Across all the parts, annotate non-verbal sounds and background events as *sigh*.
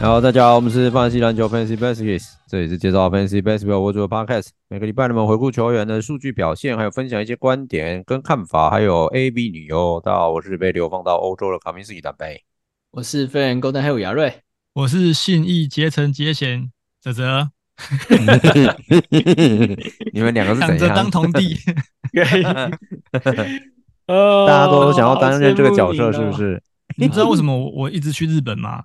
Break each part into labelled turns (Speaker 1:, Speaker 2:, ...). Speaker 1: 然后大家好，我们是范西篮球 Fancy Baskets，这里是介绍 Fancy Basketball 我主的 Podcast。每个礼拜我们回顾球员的数据表现，还有分享一些观点跟看法，还有 A B 女优。大家好，我是被流放到欧洲的卡明斯基大杯。
Speaker 2: 我是飞人 Golden Hill
Speaker 3: *laughs*
Speaker 2: 亚瑞，
Speaker 3: 我是信义结成节险泽泽，
Speaker 1: 你们两个是
Speaker 3: 想
Speaker 1: 怎
Speaker 3: 着
Speaker 1: 样？
Speaker 3: 当童弟， *laughs* 哦
Speaker 2: 大
Speaker 1: *laughs* 大家都想要担任这个角色，是不？是？
Speaker 3: 你知道为什么我我一直去日本吗？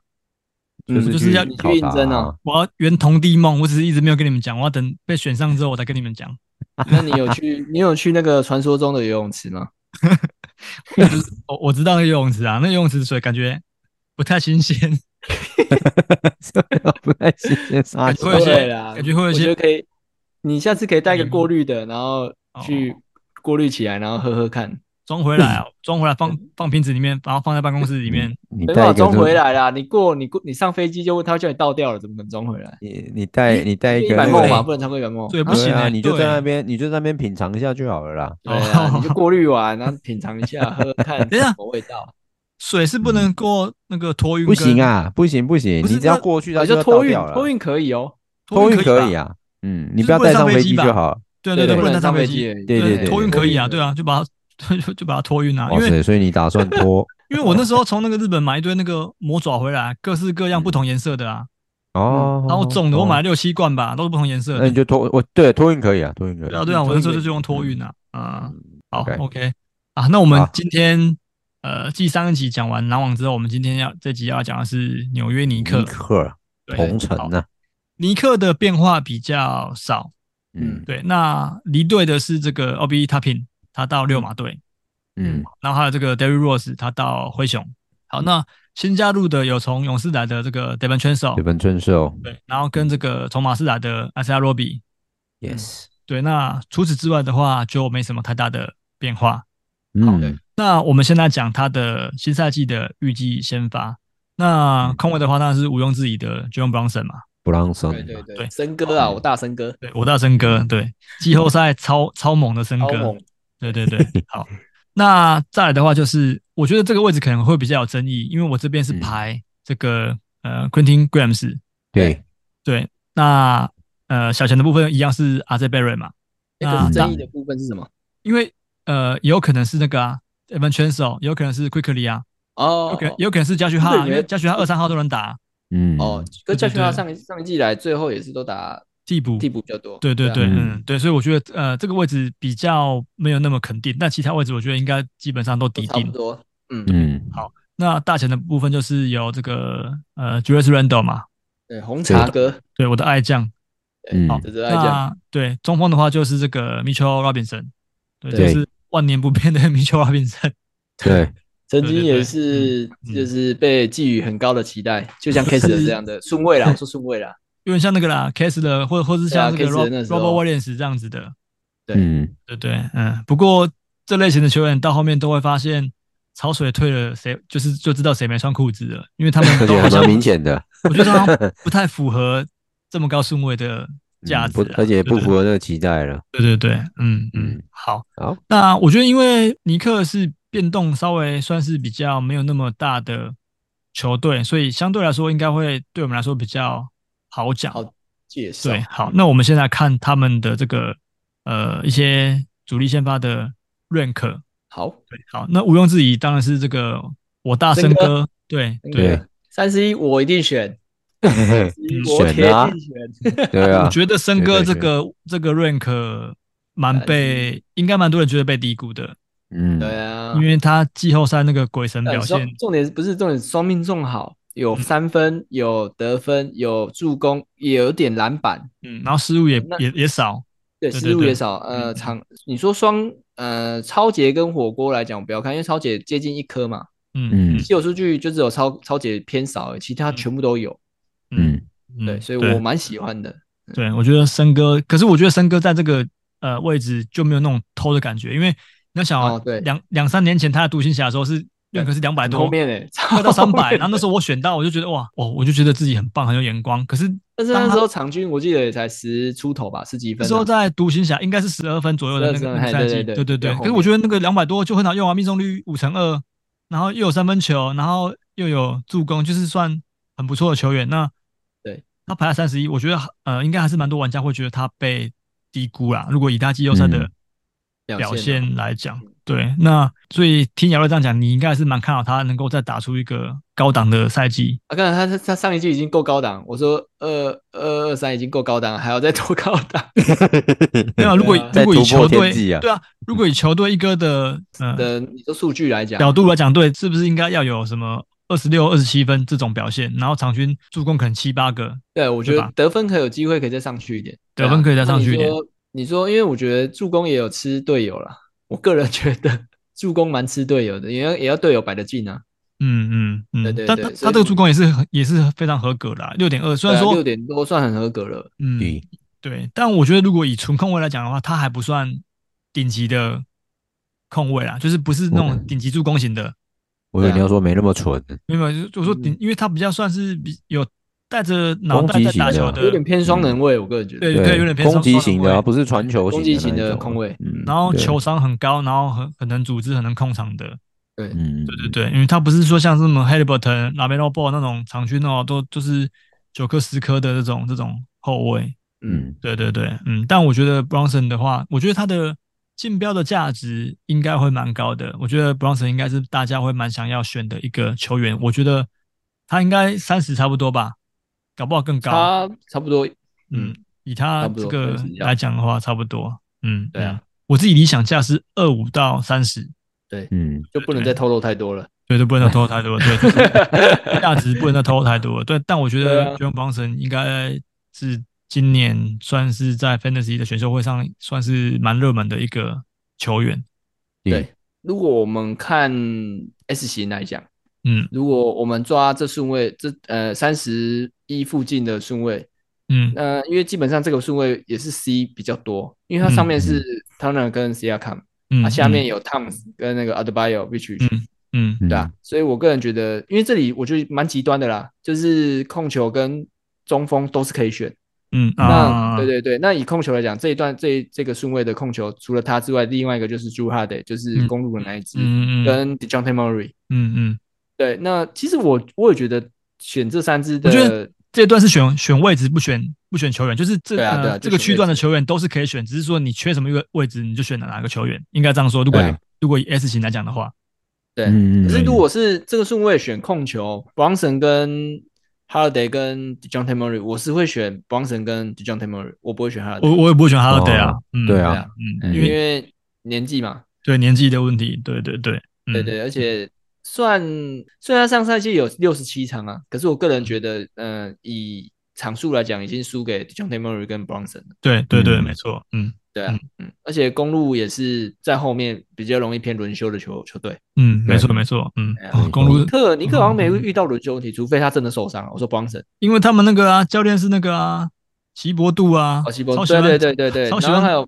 Speaker 1: 就
Speaker 3: 嗯
Speaker 1: 是
Speaker 3: 就是要
Speaker 1: 去
Speaker 2: 去
Speaker 1: 考
Speaker 2: 应
Speaker 1: 察
Speaker 2: 征啊
Speaker 3: 我要圆童弟梦，我只是一直没有跟你们讲，我要等被选上之后我再跟你们讲。
Speaker 2: 那你有去你有去那个传说中的游泳池吗？
Speaker 3: 我就是我我知道那个游泳池啊，那游泳池水感觉不太新鲜，
Speaker 1: *laughs* 不太新鲜啥
Speaker 3: 感
Speaker 1: 事
Speaker 3: 觉会有一
Speaker 2: 对
Speaker 3: 些
Speaker 2: 啦
Speaker 3: 感觉会有
Speaker 2: 我
Speaker 3: 一
Speaker 2: 觉
Speaker 3: 些
Speaker 2: 得可以，你下次可以带个过滤的，
Speaker 3: 嗯
Speaker 2: 然后去过滤起来，然后喝喝看。
Speaker 3: 哦装回
Speaker 1: *laughs*
Speaker 3: 来啊，装回来放放瓶子里面，然后放在办公室里面。
Speaker 1: 你
Speaker 2: 没
Speaker 1: 带
Speaker 2: 办法
Speaker 1: 一个
Speaker 2: 装
Speaker 1: 这
Speaker 2: 回，来啦，你过你过你上飞机就问他叫你倒掉了，怎么可能装回来？
Speaker 1: 你你带你带一
Speaker 2: 一
Speaker 1: 个
Speaker 2: 百
Speaker 1: 那个
Speaker 2: 梦嘛，不能超过一百梦。
Speaker 3: 对不
Speaker 2: 啊
Speaker 3: 行
Speaker 1: 对啊，
Speaker 3: 欸
Speaker 1: 你就
Speaker 3: 对
Speaker 1: 在那边你就在那边品尝一下就好了啦。
Speaker 2: 对啊，你就过滤完，然后品尝一下，喝喝看
Speaker 3: *laughs* 等一下
Speaker 2: 什么味道。
Speaker 3: 水是不能过那个托运，
Speaker 1: 嗯不行，啊，不行不行，
Speaker 3: 不是
Speaker 1: 你只要
Speaker 3: 那
Speaker 1: 过去它
Speaker 2: 我
Speaker 1: 就
Speaker 2: 就
Speaker 1: 要
Speaker 2: 托
Speaker 1: 倒
Speaker 2: 运，
Speaker 1: 掉了。
Speaker 2: 托运可以哦。
Speaker 1: 托运可
Speaker 3: 吧
Speaker 1: 以，啊，嗯，你
Speaker 3: 就是
Speaker 1: 不要
Speaker 3: 不能
Speaker 1: 带
Speaker 3: 上
Speaker 1: 上
Speaker 3: 飞
Speaker 1: 飞
Speaker 3: 机
Speaker 1: 机
Speaker 3: 吧
Speaker 1: 就好。
Speaker 3: 对对
Speaker 1: 对
Speaker 3: 对，不能
Speaker 2: 能
Speaker 3: 带上飞
Speaker 2: 飞
Speaker 3: 机，
Speaker 2: 而已
Speaker 1: 对对对
Speaker 3: 托运可以啊，对
Speaker 2: 啊。
Speaker 3: 啊，就把它 *laughs* 就就把它托运啊，
Speaker 1: 哇
Speaker 3: 因为
Speaker 1: 哦塞，所以你打算拖
Speaker 3: *laughs* 因为我那时候从那个日本买一堆那个魔爪回来，各式各样不同颜色的啊，
Speaker 1: 哦？
Speaker 3: 嗯然后总的我
Speaker 1: 哦
Speaker 3: 买了，六七罐吧，都是不同颜色
Speaker 1: 那
Speaker 3: 的
Speaker 1: 你。就托我对托运可以啊，托运可以。
Speaker 3: 对啊对啊，我那时候就
Speaker 1: 托运可以
Speaker 3: 是用托运啊，啊，好
Speaker 1: 嗯 OK
Speaker 3: OK 啊，那我们
Speaker 1: 好
Speaker 3: 今天呃继上一集讲完篮网之后，我们今天要这集要讲的是纽约尼克
Speaker 1: 尼，克
Speaker 3: 对
Speaker 1: 同城啊
Speaker 3: 好
Speaker 1: 呢，
Speaker 3: 尼克的变化比较少，
Speaker 1: 嗯
Speaker 3: 对，那离队的是这个 OB Toppin，他到六马队，
Speaker 1: 嗯，
Speaker 3: 然后还有这个 d e r r y Rose，他到灰熊。
Speaker 2: 嗯
Speaker 3: 好，那新加入的有从勇士来的这个 Devin c h a n s e
Speaker 1: 日
Speaker 3: l
Speaker 1: 本哦春秀
Speaker 3: 对，然后跟这个从马刺来的 a s a r o b i 嗯
Speaker 1: ，yes，
Speaker 3: 对，那除此之外的话就没什么太大的变化。
Speaker 1: 嗯，
Speaker 3: 那我们现在讲他的新赛季的预计先发。那空位的话，当然是毋庸置疑的 j o h n Brunson 嘛，
Speaker 1: 布朗森
Speaker 2: 对对对
Speaker 3: 对，
Speaker 2: 森哥啊，我大森哥，
Speaker 3: 对，我大森哥，对，季后赛超超猛的森
Speaker 2: 超
Speaker 3: 哥，
Speaker 2: 猛。
Speaker 3: 对对
Speaker 1: *laughs*
Speaker 3: 对，好。那再来的话，就是我觉得这个位置可能会比较有争议，因为我这边是
Speaker 1: 嗯
Speaker 3: 排这个、呃 Quentin Grimes，哎
Speaker 1: 对，
Speaker 3: 对，那呃小前的部分一样是 RJ Barry 嘛，
Speaker 2: 哎可
Speaker 3: 那
Speaker 2: 是
Speaker 1: 这
Speaker 2: 争议的部分是什么？
Speaker 3: 因为呃也有可能是那个啊 Evan c h a n c e l 也有可能是 Quickly 啊，有
Speaker 2: 哦
Speaker 3: 可能也有可能是加许哈
Speaker 2: 不是，
Speaker 3: 因
Speaker 2: 你
Speaker 3: 为
Speaker 2: 们
Speaker 3: 加许哈二三号都能打
Speaker 1: 嗯，
Speaker 2: 哦，可是教学
Speaker 3: 对对
Speaker 2: 他
Speaker 3: 对
Speaker 2: 上一上一季来最后也是都打
Speaker 3: 替补，
Speaker 2: 替补比较多。
Speaker 3: 对对
Speaker 2: 啊
Speaker 3: 对，
Speaker 1: 嗯
Speaker 3: 嗯对，所以我觉得呃这个位置比较没有那么肯定，但其他位置我觉得应该基本上都
Speaker 2: 都
Speaker 3: 底
Speaker 2: 差不
Speaker 3: 定。
Speaker 2: 多。嗯，
Speaker 1: 嗯，
Speaker 3: 好那大前的部分就是有这个呃 Julius Randle 嘛，
Speaker 2: 对，红茶哥，
Speaker 3: 对，我的爱将。
Speaker 1: 嗯，
Speaker 3: 好
Speaker 2: 这是爱讲
Speaker 3: 那对中锋的话，就是这个 Mitchell Robinson，对，
Speaker 1: 对
Speaker 3: 就是万年不变的 *laughs* Mitchell Robinson。
Speaker 1: 对，
Speaker 2: 曾经
Speaker 3: 对对对
Speaker 2: 也是
Speaker 3: 嗯
Speaker 2: 就是被寄予很高的期待，就像 Case 这样的
Speaker 3: *laughs*
Speaker 2: 顺位啦，我说顺位啦，
Speaker 3: 有点像那个啦 c a s e 的，或或是像这
Speaker 2: 对
Speaker 3: 个
Speaker 2: 啊
Speaker 3: Rob,
Speaker 2: Kessler 那时候
Speaker 3: Robert Williams 这样子的，
Speaker 2: 对
Speaker 1: 嗯，
Speaker 3: 对对，嗯。不过这类型的球员到后面都会发现，潮水退了，谁就是就知道谁没穿裤子了，因为他
Speaker 1: *laughs* 而
Speaker 3: 们都
Speaker 1: 且
Speaker 3: 好
Speaker 1: 还
Speaker 3: 像
Speaker 1: 蛮明
Speaker 3: *laughs*
Speaker 1: 显的，
Speaker 3: 我觉得好像不太符合这么高顺位的价
Speaker 1: 嗯
Speaker 3: 值、啊
Speaker 1: 不，而且不
Speaker 3: 对
Speaker 1: 符合那个期待了。
Speaker 3: 对对对，嗯嗯
Speaker 1: 嗯，
Speaker 3: 好。
Speaker 1: 好，
Speaker 3: 那我觉得，因为尼克是变动稍微算是比较没有那么大的球队，所以相对来说应该会对我们来说比较好讲。
Speaker 2: 好介绍
Speaker 3: 对，好，那我们现在看他们的这个呃一些主力先发的 rank。
Speaker 2: 好，
Speaker 3: 对，好，那毋庸置疑，当然是这个我大森
Speaker 2: 森哥
Speaker 3: 哥。对
Speaker 2: 森
Speaker 3: 对 *laughs*
Speaker 1: 对，
Speaker 2: 三十一我一定选，我铁
Speaker 1: 选啊
Speaker 2: 定选，
Speaker 1: 对啊
Speaker 3: 我，觉得森
Speaker 1: 对
Speaker 3: 哥
Speaker 1: 对呃
Speaker 3: 这
Speaker 1: 对
Speaker 3: 个这个 rank 蛮被应该蛮多人觉得被低估的。
Speaker 1: 嗯，呃
Speaker 2: 对啊，
Speaker 3: 因为他季后赛那个鬼神
Speaker 2: 但
Speaker 3: 表
Speaker 2: 双
Speaker 3: 现，
Speaker 2: 重点不是重点，双命中好，有三分，有得分，有助攻，也有点篮板，
Speaker 3: 嗯，然后失误也
Speaker 2: 那
Speaker 3: 也也少，
Speaker 2: 对，
Speaker 3: 对
Speaker 2: 失
Speaker 3: 对
Speaker 2: 误
Speaker 3: 对
Speaker 2: 也少。
Speaker 3: 嗯
Speaker 2: 呃，长你说双呃超杰跟火锅来讲，我不要看，因为超杰接近一颗嘛，
Speaker 3: 嗯
Speaker 1: 嗯
Speaker 2: 稀有数据就只有超超杰偏少而已，其他全部都有。
Speaker 3: 嗯
Speaker 1: 嗯
Speaker 3: 嗯，
Speaker 2: 对，所以我蛮喜欢的。
Speaker 3: 对，我觉得森哥，可是我觉得森哥在这个呃位置就没有那种偷的感觉，因为你要想啊
Speaker 2: 哦对
Speaker 3: 两两三年前他的独行侠的时候是认可是两百
Speaker 2: 很
Speaker 3: 多，
Speaker 2: 后面呢，
Speaker 3: 快
Speaker 2: 超
Speaker 3: 到三百，
Speaker 2: 后面
Speaker 3: 然后那时候我选到，我就觉得哇，哦我我就觉得自己很棒，很有眼光。可是
Speaker 2: 但是那时候场均我记得也才十出头吧，十几
Speaker 3: 那
Speaker 2: 分
Speaker 3: 时候
Speaker 2: 啊。
Speaker 3: 在独行侠应该是十二分左右的那个
Speaker 2: 12
Speaker 3: 那个赛季，
Speaker 2: 对对对
Speaker 3: 对对对。
Speaker 2: 在后
Speaker 3: 可
Speaker 2: 面
Speaker 3: 是我觉得那个两百多就很好用啊，命中率五成二，然后又有三分球，然后又有助攻，就是算很不错的球员。那
Speaker 2: 对
Speaker 3: 他排在三十一，我觉得呃应该还是蛮多玩家会觉得他被低估啦。如果以他季后赛的
Speaker 1: 嗯
Speaker 3: 表
Speaker 2: 表现嗯
Speaker 3: 现来讲，对，那所以听姚乐这样讲，你应该还是蛮看好他能够再打出一个高档的赛
Speaker 2: *laughs*
Speaker 3: 季。
Speaker 2: 啊，刚才他他他上一季已经够高档，我说二二二三已经够高档，还要再多高
Speaker 3: *laughs*
Speaker 2: 档
Speaker 3: 没有，如果以
Speaker 2: 啊
Speaker 3: 如果以
Speaker 1: 再突
Speaker 3: 球
Speaker 1: 破
Speaker 3: 队
Speaker 1: 天际啊
Speaker 3: 对啊，如果以球队一哥的呃
Speaker 2: 的？你说数据来讲，
Speaker 3: 角度来讲，对，是不是应该要有什么二十六、二十七分这种表现，然后场均助攻可能七八个，
Speaker 2: 对，我觉
Speaker 3: 对
Speaker 2: 得
Speaker 3: 吧
Speaker 2: 得分可有机会可以再上去一点，
Speaker 3: 得分可以再上去一点
Speaker 2: 对啊。那你说，你说因为我觉得助攻也有吃队友啦， *laughs* 我个人觉得 *laughs* 助攻蛮吃队友的，也要也要队友摆得进啊。
Speaker 3: 嗯嗯嗯，
Speaker 2: 对对
Speaker 3: 但
Speaker 2: 对
Speaker 3: 他
Speaker 2: 所
Speaker 3: 他
Speaker 2: 以
Speaker 3: 这个助攻也是很也是非常合格的、啊，六点二，虽然说、
Speaker 2: 六点多算很合格了，
Speaker 3: 嗯
Speaker 1: 对，
Speaker 3: 对，但我觉得如果以纯控卫来讲的话，他还不算顶级的控卫啦，就是不是那种
Speaker 1: 嗯
Speaker 3: 顶级助攻型的，
Speaker 1: 我以
Speaker 3: 啊
Speaker 1: 为你要说没那么蠢，
Speaker 3: 没有，没有就我说顶，
Speaker 2: 嗯
Speaker 3: 因为他比较算是比有带着脑袋
Speaker 1: 攻击
Speaker 3: 在打
Speaker 1: 型
Speaker 3: 球
Speaker 1: 的
Speaker 3: 的，
Speaker 2: 啊有点偏双能位，我个人觉得。
Speaker 3: 啊嗯
Speaker 2: 嗯
Speaker 3: 对对有点偏
Speaker 1: 攻击
Speaker 3: 双
Speaker 1: 型
Speaker 3: 双
Speaker 1: 的
Speaker 3: 人
Speaker 1: 啊，
Speaker 3: 位
Speaker 1: 不是传球型
Speaker 2: 攻击型
Speaker 1: 的那
Speaker 2: 的
Speaker 1: 种
Speaker 2: 控卫，
Speaker 1: 嗯
Speaker 3: 然后
Speaker 1: 对
Speaker 3: 球商很高，然后很很能组织，很能控场的。
Speaker 1: 嗯，
Speaker 3: 对对对，因为他不是说像什么 Halliburton、拉梅洛鲍那种场均哦，都就是九颗十颗的这种这种后卫。
Speaker 2: 嗯，
Speaker 1: 嗯
Speaker 3: 对对对，嗯，但我觉得 Bronson 的话，我觉得他的竞标的价值应该会蛮高的。我觉得 Bronson 应该是大家会蛮想要选的一个球员。我觉得他应该三十差不多吧，搞不好更高。
Speaker 2: 差差不多。
Speaker 3: 嗯
Speaker 2: 嗯，
Speaker 3: 以他
Speaker 2: 差不
Speaker 3: 这
Speaker 2: 多
Speaker 3: 个
Speaker 2: 三十一样
Speaker 3: 来讲的话，差不多。嗯，
Speaker 2: 对啊
Speaker 3: 嗯，我自己理想价是二五到三十。
Speaker 2: 对，
Speaker 1: 嗯，
Speaker 2: 就不能再透露太多了。
Speaker 3: 对对，不
Speaker 2: *laughs*
Speaker 3: 能再偷太多，对，就是价值不能再偷太多。对，但我觉
Speaker 2: 对
Speaker 3: 得
Speaker 2: 啊
Speaker 3: John Bronson 应该是今年算是在 Fantasy 的选秀会上算是蛮热门的一个球员。
Speaker 2: 对，如果我们看 S 型来讲，
Speaker 3: 嗯
Speaker 2: 如果我们抓这顺位，这呃三十一附近的顺位，
Speaker 3: 嗯
Speaker 2: 那因为基本上这个顺位也是 C 比较多，因为它上面是 Turner 跟 c i a c o m
Speaker 3: 嗯，
Speaker 2: 啊，下面有 Towns 跟那个 Adbio b i c h
Speaker 3: 嗯嗯
Speaker 1: 对
Speaker 2: 对啊，，所以我个人觉得，因为这里我觉得蛮极端的啦，就是控球跟中锋都是可以选。
Speaker 3: 嗯嗯
Speaker 2: 那
Speaker 3: 啊，
Speaker 2: 对对对，那以控球来讲，这一段这这个顺位的控球，除了他之外，另外一个就是 j u h a d 就是公路的那一支，
Speaker 3: 嗯，嗯嗯
Speaker 2: 跟 Dejounte Murray。
Speaker 3: 嗯嗯，
Speaker 2: 对，那其实我我也觉得选这三支
Speaker 3: 我觉得
Speaker 2: 的，
Speaker 3: 这段是选选位置不选不选球员，就是这
Speaker 2: 对啊对啊
Speaker 3: 呃这
Speaker 2: 就
Speaker 3: 个
Speaker 2: 选
Speaker 3: 区段的
Speaker 2: 位置
Speaker 3: 球员都是可以选，只是说你缺什么一个位置你就选哪个球员，应该这样说。如果
Speaker 1: 对啊
Speaker 3: 如果以 S 型来讲的话，
Speaker 2: 对，
Speaker 1: 嗯
Speaker 2: 可是如果是这个顺位选控球，Bronson 跟 Holiday 跟 Dejounte Murray，我是会选 Bronson 跟 Dejounte Murray，我不会选 Holiday，
Speaker 3: 我我也不会选 Holiday 啊
Speaker 1: 哦，
Speaker 3: 嗯，
Speaker 1: 对
Speaker 2: 对
Speaker 1: 啊
Speaker 2: 啊，
Speaker 3: 嗯，因
Speaker 2: 因
Speaker 3: 为
Speaker 2: 为年纪嘛，
Speaker 3: 对年纪的问题，对对对，嗯、
Speaker 2: 对对，而且算虽然上赛季有六十七场啊，可是我个人觉得，嗯、以场数来讲，已经输给 Dejounte Murray 跟 Bronson 了。
Speaker 3: 对对对，
Speaker 1: 嗯
Speaker 3: 没错，嗯
Speaker 2: 对啊，嗯，而且公路也是在后面比较容易偏轮休的球球队。
Speaker 3: 嗯，
Speaker 1: 对
Speaker 3: 没错没错，嗯
Speaker 2: 哎，呀
Speaker 3: 哦公路
Speaker 2: 尼，克尼克好像没
Speaker 3: 嗯
Speaker 2: 遇到轮休问题，除非他真的受伤了。啊我说 Bronson，
Speaker 3: 因为他们那个啊，教练是那个啊，齐博度啊，
Speaker 2: 哦，西伯，
Speaker 3: 超喜
Speaker 2: 对
Speaker 3: 欢，
Speaker 2: 对对对对，
Speaker 3: 超
Speaker 2: 然
Speaker 3: 喜
Speaker 2: 后
Speaker 3: 欢
Speaker 2: 还有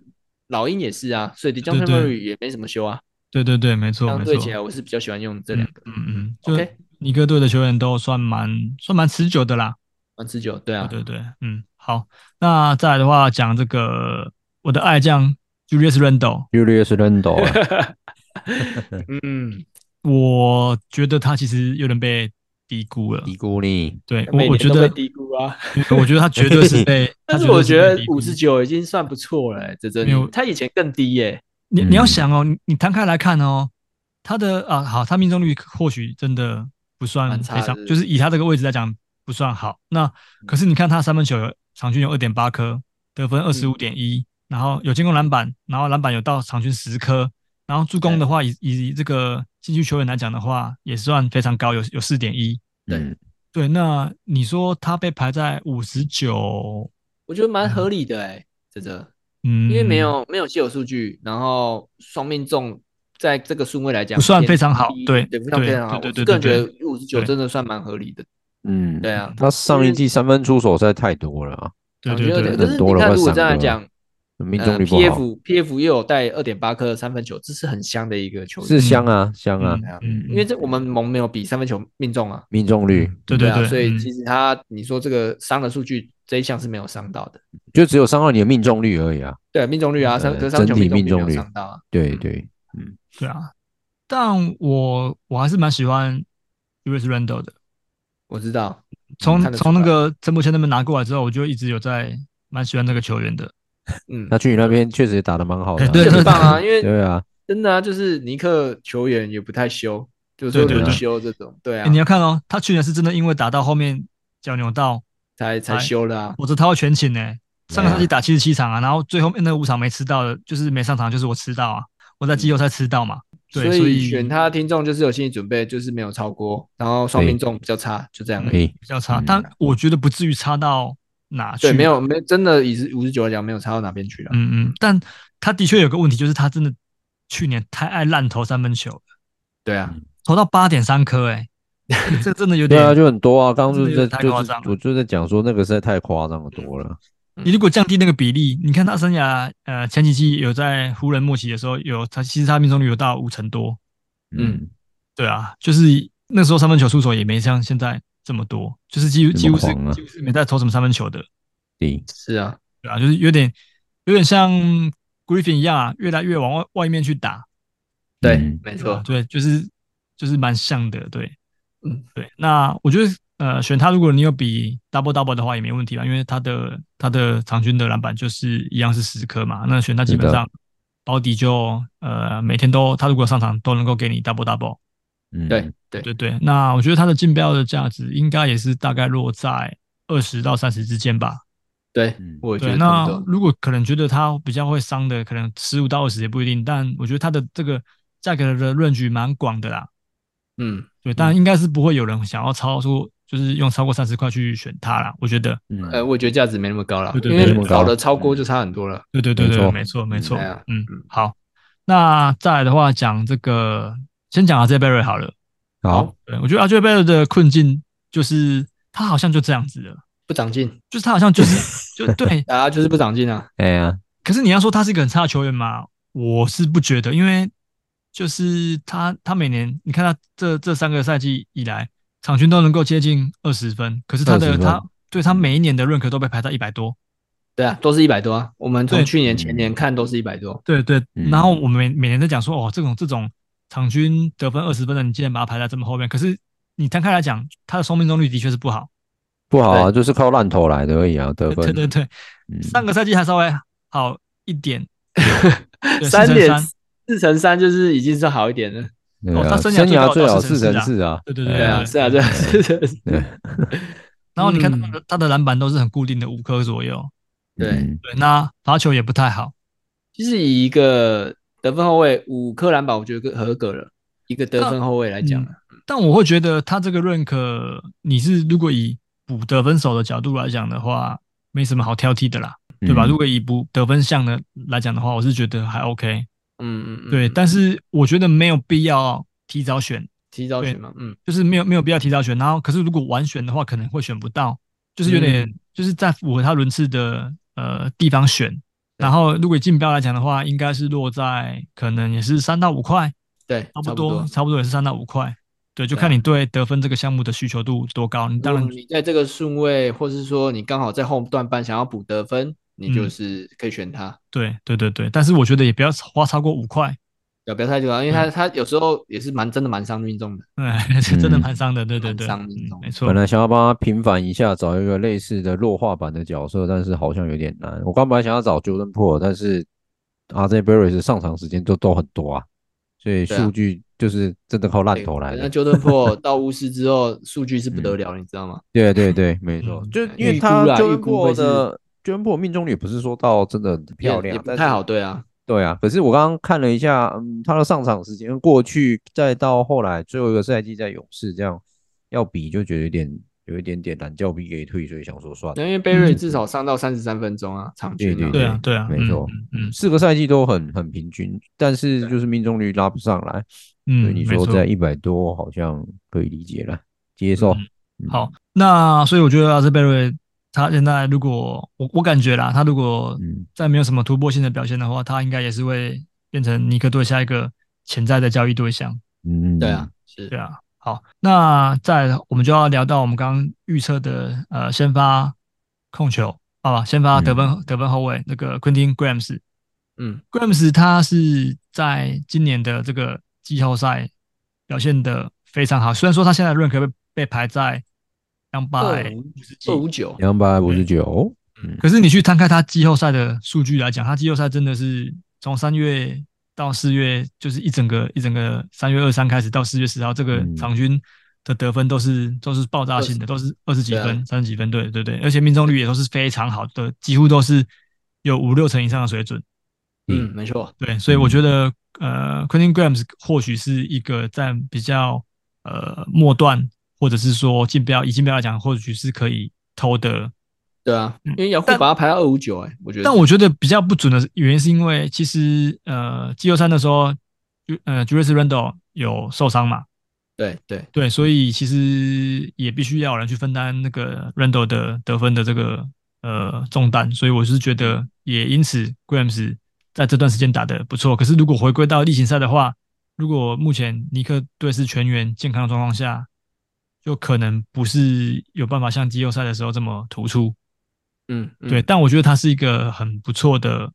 Speaker 2: 老鹰也是啊，所以 Dejounte
Speaker 3: 对
Speaker 2: Murray 也没什么休啊。
Speaker 3: 对对对，没错
Speaker 2: 相
Speaker 3: 没
Speaker 2: 对
Speaker 3: 错，
Speaker 2: 起来，我是比较喜欢用这两个，
Speaker 3: 嗯嗯，就
Speaker 2: OK
Speaker 3: 尼克队的球员都算蛮算蛮持久的啦，
Speaker 2: 蛮持久。对啊，
Speaker 3: 对对对，嗯，好，那再来的话讲这个我的爱将 Julius Randle，
Speaker 1: Julius Randle 啊
Speaker 2: 嗯，
Speaker 3: 我觉得他其实有点被低估了，
Speaker 1: 低估
Speaker 2: *laughs*
Speaker 1: 你，
Speaker 3: 对
Speaker 2: 每
Speaker 3: 我我
Speaker 2: 年
Speaker 3: 觉
Speaker 2: 都被
Speaker 3: 得，
Speaker 2: 低估啊。
Speaker 3: 我觉得他绝对是被，
Speaker 2: *laughs* 但
Speaker 3: 他
Speaker 2: 是
Speaker 3: 绝对
Speaker 2: 我觉
Speaker 3: 被
Speaker 2: 得
Speaker 3: 低估
Speaker 2: 五十九已经算不错了、欸，这真
Speaker 3: 没有
Speaker 2: 的。他以前更低耶、
Speaker 3: 你你要
Speaker 1: 嗯
Speaker 3: 想哦，你你摊开来看哦，他的啊好，他命中率或许真的不算
Speaker 2: 蛮差
Speaker 3: 非
Speaker 2: 的嗯
Speaker 3: 常
Speaker 2: 是，不
Speaker 3: 就是是以他这个位置来讲不算好。那可是你看他三分球有场均有二点八
Speaker 2: 嗯
Speaker 3: 颗，得分二十五点一，然后有进攻篮板，然后篮板有到场均十颗，然后助攻的话，以以这个禁区球员来讲的话，也算非常高，有有四点一。
Speaker 1: 嗯，
Speaker 3: 对，那你说他被排在五十九，
Speaker 2: 我觉得蛮合理的哎、真的，
Speaker 3: 嗯，
Speaker 2: 因为没有没有稀有数据，然后双命中在这个顺位来讲
Speaker 3: 不算非常好
Speaker 2: 偏低
Speaker 3: 对
Speaker 2: 对，不算
Speaker 3: 对
Speaker 2: 非常好。
Speaker 3: 对对
Speaker 2: 我
Speaker 3: 对
Speaker 2: 是个人
Speaker 3: 对
Speaker 2: 觉
Speaker 3: 对
Speaker 2: 得五十九
Speaker 3: 对
Speaker 2: 真的算蛮合理的。
Speaker 1: 嗯，
Speaker 2: 对啊，
Speaker 1: 他上一季三分出手实在太多了啊，
Speaker 3: 对
Speaker 2: 我
Speaker 3: 对
Speaker 2: 觉得
Speaker 3: 对
Speaker 2: 有点可
Speaker 3: 对
Speaker 1: 对
Speaker 2: 是
Speaker 1: 多
Speaker 2: 你
Speaker 1: 了
Speaker 2: 看，
Speaker 1: 快
Speaker 2: 如果
Speaker 1: 三
Speaker 2: 这
Speaker 1: 个
Speaker 2: 样
Speaker 1: 了
Speaker 2: 讲，
Speaker 1: 命中
Speaker 2: 呃
Speaker 1: 率不好，
Speaker 2: PF PF 又有带二点八颗三分球，这是很香的一个球员
Speaker 1: 是，香啊香啊，
Speaker 3: 嗯，
Speaker 2: 因为这我们盟没有比三分球命中啊，
Speaker 1: 命中率
Speaker 3: 对对
Speaker 2: 啊，所以
Speaker 3: 嗯
Speaker 2: 其实他你说这个伤的数据这一项是没有伤到的，
Speaker 1: 就只有伤到你的命中率而已啊，
Speaker 2: 对，命中率啊，三
Speaker 1: 呃
Speaker 2: 可是三分球
Speaker 1: 整体
Speaker 2: 命
Speaker 1: 命
Speaker 2: 中
Speaker 1: 中
Speaker 2: 率
Speaker 1: 率
Speaker 2: 没有伤到啊，
Speaker 1: 对
Speaker 3: 嗯
Speaker 1: 对，
Speaker 3: 对啊，但我我还是蛮喜欢 Uris Randle 的。
Speaker 2: 我知道，
Speaker 3: 从
Speaker 2: 嗯看得出
Speaker 3: 从那
Speaker 2: 来
Speaker 3: 个陈柏谦那边拿过来之后，我就一直有在蛮喜欢这个球员的。
Speaker 2: 嗯，
Speaker 1: 他去你那边确实也打得蛮好的啊，
Speaker 3: *laughs* 对
Speaker 2: 很
Speaker 1: *laughs*
Speaker 2: 棒啊，因为
Speaker 1: 对啊，
Speaker 2: 真的啊，就是尼克球员也不太修，就是说
Speaker 3: 对对
Speaker 2: 轮
Speaker 3: 对
Speaker 2: 休这种，对啊
Speaker 3: 诶，你要看哦，他去年是真的因为打到后面脚扭到，
Speaker 2: 才才
Speaker 3: 哎
Speaker 2: 修了啊，
Speaker 3: 我这他要全勤呢、上个赛季打七十七场啊，然后最后面那五场没吃到的，就是没上场，就是我吃到啊，我在季后赛
Speaker 2: 嗯
Speaker 3: 吃到嘛。对，所
Speaker 2: 以选他的听众就是有心理准备，就是没有超过，然后双
Speaker 1: 对
Speaker 2: 命中比较差，就这样而
Speaker 1: 诶，
Speaker 2: 已。
Speaker 3: 比较差，
Speaker 1: 嗯
Speaker 3: 但我觉得不至于差到哪去。
Speaker 2: 对，没有，没真的以五十九来讲，没有差到哪边去了。
Speaker 3: 嗯嗯，但他的确有个问题，就是他真的去年太爱烂投三分球了，
Speaker 2: 对啊，
Speaker 3: 投到八点三颗，哎，这这真的有
Speaker 1: *laughs* 对
Speaker 3: 点。
Speaker 1: 啊，就很多啊，刚刚就是
Speaker 3: 真的有
Speaker 1: 在
Speaker 3: 点太
Speaker 1: 就
Speaker 3: 夸
Speaker 1: 是
Speaker 3: 张了
Speaker 1: 我就在讲说那个实在太夸张的多了，
Speaker 3: 你如果降低那个比例，你看他生涯呃前几季有在湖人末期的时候有他，其实他命中率有到五成多，
Speaker 2: 嗯
Speaker 1: 嗯，
Speaker 3: 对啊，就是那时候三分球出手也没像现在这么多，就是几乎
Speaker 1: 这么
Speaker 3: 几乎是
Speaker 1: 狂啊
Speaker 3: 嗯几乎是没在投什么三分球的，
Speaker 1: 对，
Speaker 2: 是啊，
Speaker 3: 对啊，就是有点有点像 Griffin 一样啊，越来越往外外面去打，
Speaker 2: 对，啊
Speaker 1: 嗯
Speaker 2: 没
Speaker 3: 没
Speaker 2: 错。
Speaker 3: 对，就是就是蛮像的，对，
Speaker 2: 嗯，
Speaker 3: 对。那我觉得呃选他，如果你有比 double double 的话也没问题啦，因为他的他的场均的篮板就是一样是十颗嘛，那选他基本
Speaker 1: 是的
Speaker 3: 上保底就呃每天都他如果上场都能够给你 double double。
Speaker 1: 嗯，
Speaker 2: 对对
Speaker 3: 对对，那我觉得它的竞标的价值应该也是大概落在二十到三十之间吧。
Speaker 2: 对
Speaker 1: 嗯，
Speaker 2: 我觉
Speaker 3: 对，
Speaker 2: 得
Speaker 3: 那
Speaker 2: 差不多。
Speaker 3: 如果可能觉得它比较会伤的，可能十五到二十也不一定，但我觉得它的这个价格的 range 蛮广的啦。
Speaker 2: 嗯，
Speaker 3: 对，但应该是不会有人想要超出，就是用超过三十块去选它啦。我觉得，
Speaker 1: 嗯
Speaker 2: 呃，我觉得价值没那么高了
Speaker 3: 对，对
Speaker 2: 因
Speaker 3: 对
Speaker 2: 为
Speaker 3: 没那
Speaker 1: 么高
Speaker 2: 搞得超过就差很多了。
Speaker 3: 对对对
Speaker 1: 没
Speaker 3: 对，
Speaker 1: 错
Speaker 3: 没错没错
Speaker 2: 哎呀，
Speaker 3: 嗯
Speaker 2: 嗯，
Speaker 3: 好。那再来的话，讲这个，先讲阿 J Berry 好了。
Speaker 1: 好，
Speaker 3: 对，我觉得阿 J Berry 的困境就是他好像就这样子了。
Speaker 2: 不长进，
Speaker 3: 就是他好像就是就对，
Speaker 2: 打啊，就是不长进啊。
Speaker 1: 哎呀，
Speaker 3: 可是你要说他是一个很差的球员嘛，我是不觉得，因为就是他他每年你看他这这三个赛季以来，场均都能够接近二十分，可是他
Speaker 1: 20
Speaker 3: 的
Speaker 1: 分
Speaker 3: 他对他每一年的认可都被排到一百多，
Speaker 2: 对啊，都是一百多啊。我们从
Speaker 3: 对
Speaker 2: 去年、
Speaker 1: 嗯
Speaker 2: 前年看都是一百多。
Speaker 3: 对对，
Speaker 1: 嗯
Speaker 3: 然后我们每每年在讲说哦这种这种场均得分二十分的，你竟然把他排在这么后面，可是你摊开来讲，他的双命中率的确是不好，
Speaker 1: 不好啊，就是靠烂投来的而已啊，得
Speaker 3: 对
Speaker 1: 分，
Speaker 3: 对对对，
Speaker 1: 嗯
Speaker 3: 上个赛季还稍微好一
Speaker 1: *laughs*
Speaker 3: 点，对
Speaker 2: 三
Speaker 3: 4乘
Speaker 2: 点
Speaker 3: 3
Speaker 2: 四乘三就是已经是好一点了。
Speaker 1: 对
Speaker 3: 哦
Speaker 1: 啊
Speaker 3: 他生涯最高
Speaker 1: 涯最
Speaker 3: 到
Speaker 1: 好
Speaker 3: 四乘
Speaker 1: 乘
Speaker 3: 四
Speaker 1: 四啊，
Speaker 3: 对对对
Speaker 2: 对啊，
Speaker 3: 对
Speaker 2: 是啊，对啊，是
Speaker 1: 对
Speaker 3: 然后你
Speaker 1: 嗯
Speaker 3: 看他的、他的篮板都是很固定的五颗左右，
Speaker 2: 对。
Speaker 1: 嗯
Speaker 3: 对，那罚球也不太好，
Speaker 2: 其实以一个得分后卫五颗篮板，我觉得合格了。一个得
Speaker 3: 哦
Speaker 2: 分后卫来
Speaker 3: 嗯
Speaker 2: 讲啊，
Speaker 3: 但我会觉得他这个认可，你是如果以补得分手的角度来讲的话，没什么好挑剔的啦，对吧？
Speaker 1: 嗯
Speaker 3: 如果以补得分项的来讲的话，我是觉得还 OK，
Speaker 2: 嗯嗯嗯，
Speaker 3: 对，
Speaker 2: 嗯
Speaker 3: 但是我觉得没有必要提早选，
Speaker 2: 提早
Speaker 3: 对
Speaker 2: 选嘛，嗯，
Speaker 3: 就是没有没有必要提早选，然后可是如果晚选的话，可能会选不到，就是有点、就是在符合他轮次的呃地方选。然后如果竞标来讲的话，应该是落在可能也是三到五块，
Speaker 2: 对，
Speaker 3: 差
Speaker 2: 差
Speaker 3: 不
Speaker 2: 不
Speaker 3: 多差不多也是三到五块。对，就
Speaker 2: 对啊
Speaker 3: 看你对得分这个项目的需求度多高。你当
Speaker 2: 当
Speaker 3: 然
Speaker 2: 然，你在这个顺位，或是说你刚好在后段班想要补得分，你
Speaker 3: 嗯
Speaker 2: 就是可以选他，
Speaker 3: 对对对对，但是我觉得也不要花超过五块，
Speaker 2: 对，不要太久啊，因为
Speaker 3: 嗯
Speaker 2: 他他有时候也是蛮真的蛮伤命中的，
Speaker 3: 哎， *laughs* 这真的蛮伤的。对对对，
Speaker 2: 蛮伤命
Speaker 3: 嗯
Speaker 2: 中
Speaker 3: 没错
Speaker 1: 本。来想要帮他平反一下，找一个类似的弱化版的角色，但是好像有点难。我刚本来想要找 Jordan p o o l 但是 RJ Barry 是上场时间都都很多啊，所以
Speaker 2: 对啊
Speaker 1: 数据就是真的靠烂
Speaker 2: 对
Speaker 1: 投来嗯的。
Speaker 2: 那 Jordan
Speaker 1: *laughs*
Speaker 2: p o 到巫师之后，数据是不得了，你知道吗？
Speaker 1: 对对对，没错
Speaker 3: 嗯，
Speaker 1: 就因
Speaker 2: 预
Speaker 1: 为
Speaker 2: 估
Speaker 1: 他
Speaker 2: 啦预
Speaker 1: Jordan p
Speaker 2: 估
Speaker 1: o o
Speaker 2: 会
Speaker 1: l 的 Jordan p o o l 命中率不是说到真的很漂
Speaker 2: 也
Speaker 1: 亮
Speaker 2: 也，不
Speaker 1: 但
Speaker 2: 太
Speaker 1: 是
Speaker 2: 好，对啊，
Speaker 1: 对啊，可是我刚刚看了一下，嗯，他的上场时间，过去再到后来最后一个赛季在勇士这样要比，就觉得有点有一点点懒觉逼给退，所以想说算了。
Speaker 2: 因为贝
Speaker 1: 嗯
Speaker 2: 瑞至少上到三十三分钟啊，场均啊。
Speaker 3: 对啊，对啊，
Speaker 1: 没错
Speaker 3: 嗯，
Speaker 1: 四个赛季都很很平均，但是就是命中率拉不上来。
Speaker 3: 嗯
Speaker 1: 所以
Speaker 3: 嗯，
Speaker 1: 你
Speaker 3: 没
Speaker 1: 说
Speaker 3: 错
Speaker 1: 在一百多好像可以理解了，接受。
Speaker 3: 嗯好，那所以我觉得阿斯贝瑞他现在如果我我感觉啦，他如果
Speaker 1: 嗯，
Speaker 3: 再没有什么突破性的表现的话，他应该也是会变成尼克队下一个潜在的交易对象。
Speaker 1: 嗯嗯，
Speaker 2: 对啊，，
Speaker 3: 对
Speaker 2: 是。
Speaker 3: 啊，好，那再来我们就要聊到我们刚刚预测的呃先发控球啊，先发得分、得分后卫那个 Quentin Grimes，
Speaker 2: 嗯
Speaker 3: Grimes 他是在今年的这个季后赛表现的非常好，虽然说他现在 rank 被被排在两百
Speaker 2: 259
Speaker 3: 五十几
Speaker 2: 二，五九，
Speaker 1: 两百五十九，
Speaker 3: 可是你去摊开他季后赛的数据来讲，他季后赛真的是从三月到四月，就是一整个一整个三月二三开始到四月十号，这个
Speaker 1: 嗯
Speaker 3: 场均的得分都是都是爆炸性的，都是二十几
Speaker 2: 对啊
Speaker 3: 分、三十几分，对对对，而且命中率也都是非常好的，几乎都是有五六成以上的水准。
Speaker 2: 嗯，没错，
Speaker 3: 对，所以我觉得、呃，Quentin Grimes 或许是一个在比较呃末段，或者是说竞标以竞标来讲，或许是可以偷的。
Speaker 2: 对啊，因为雅虎把他排到二五九，哎，我觉得。
Speaker 3: 嗯但我觉得比较不准的原因是因为其实呃季后赛的时候，呃 Julius Randle 有受伤嘛，
Speaker 2: 对对，
Speaker 3: 对，所以其实也必须要有人去分担那个 Randle 的得分的这个呃重担，所以我是觉得也因此 Grams 在这段时间打得不错。可是如果回归到例行赛的话，如果目前尼克队是全员健康的状况下，就可能不是有办法像季后赛的时候这么突出。
Speaker 2: 嗯，嗯
Speaker 3: 对，，但我觉得他是一个很不错的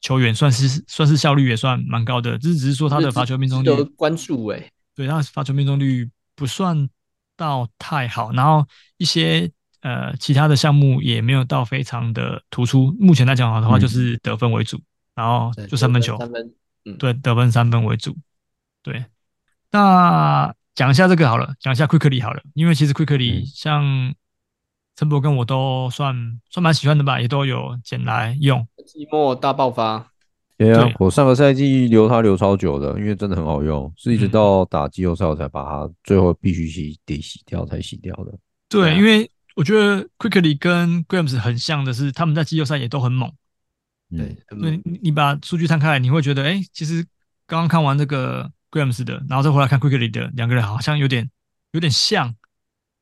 Speaker 3: 球员，算是算是效率也算蛮高的，只是只是说他的罚球命中率
Speaker 2: 值得关注哎，
Speaker 3: 对他的罚球命中率不算到太好，然后一些呃其他的项目也没有到非常的突出。目前来讲好的话，
Speaker 1: 嗯
Speaker 3: 就是得分为主，然后
Speaker 2: 对
Speaker 3: 就三分球，
Speaker 2: 三分，
Speaker 3: 对，得分三分为主。对，那讲一下这个好了，讲一下 Quickly 好了，因为其实 Quickly
Speaker 1: 嗯
Speaker 3: 像陈博跟我都算算蛮喜欢的吧，也都有捡来用。
Speaker 2: 季末大爆发，
Speaker 1: 对啊
Speaker 3: 对，
Speaker 1: 我上个赛季留他留超久的，因为真的很好用，是一直
Speaker 3: 嗯
Speaker 1: 到打季后赛我才把他最后必须洗得洗掉才洗掉的。
Speaker 3: 对，
Speaker 2: 对啊
Speaker 3: 因为我觉得 Quickly 跟 Grams 很像的是，他们在季后赛也都很猛。
Speaker 1: 嗯
Speaker 2: 对，，很
Speaker 3: 对，你你把数据摊开来，你会觉得，哎、其实刚刚看完这个 Grams 的，然后再回来看 Quickly 的，两个人好像有点有点像，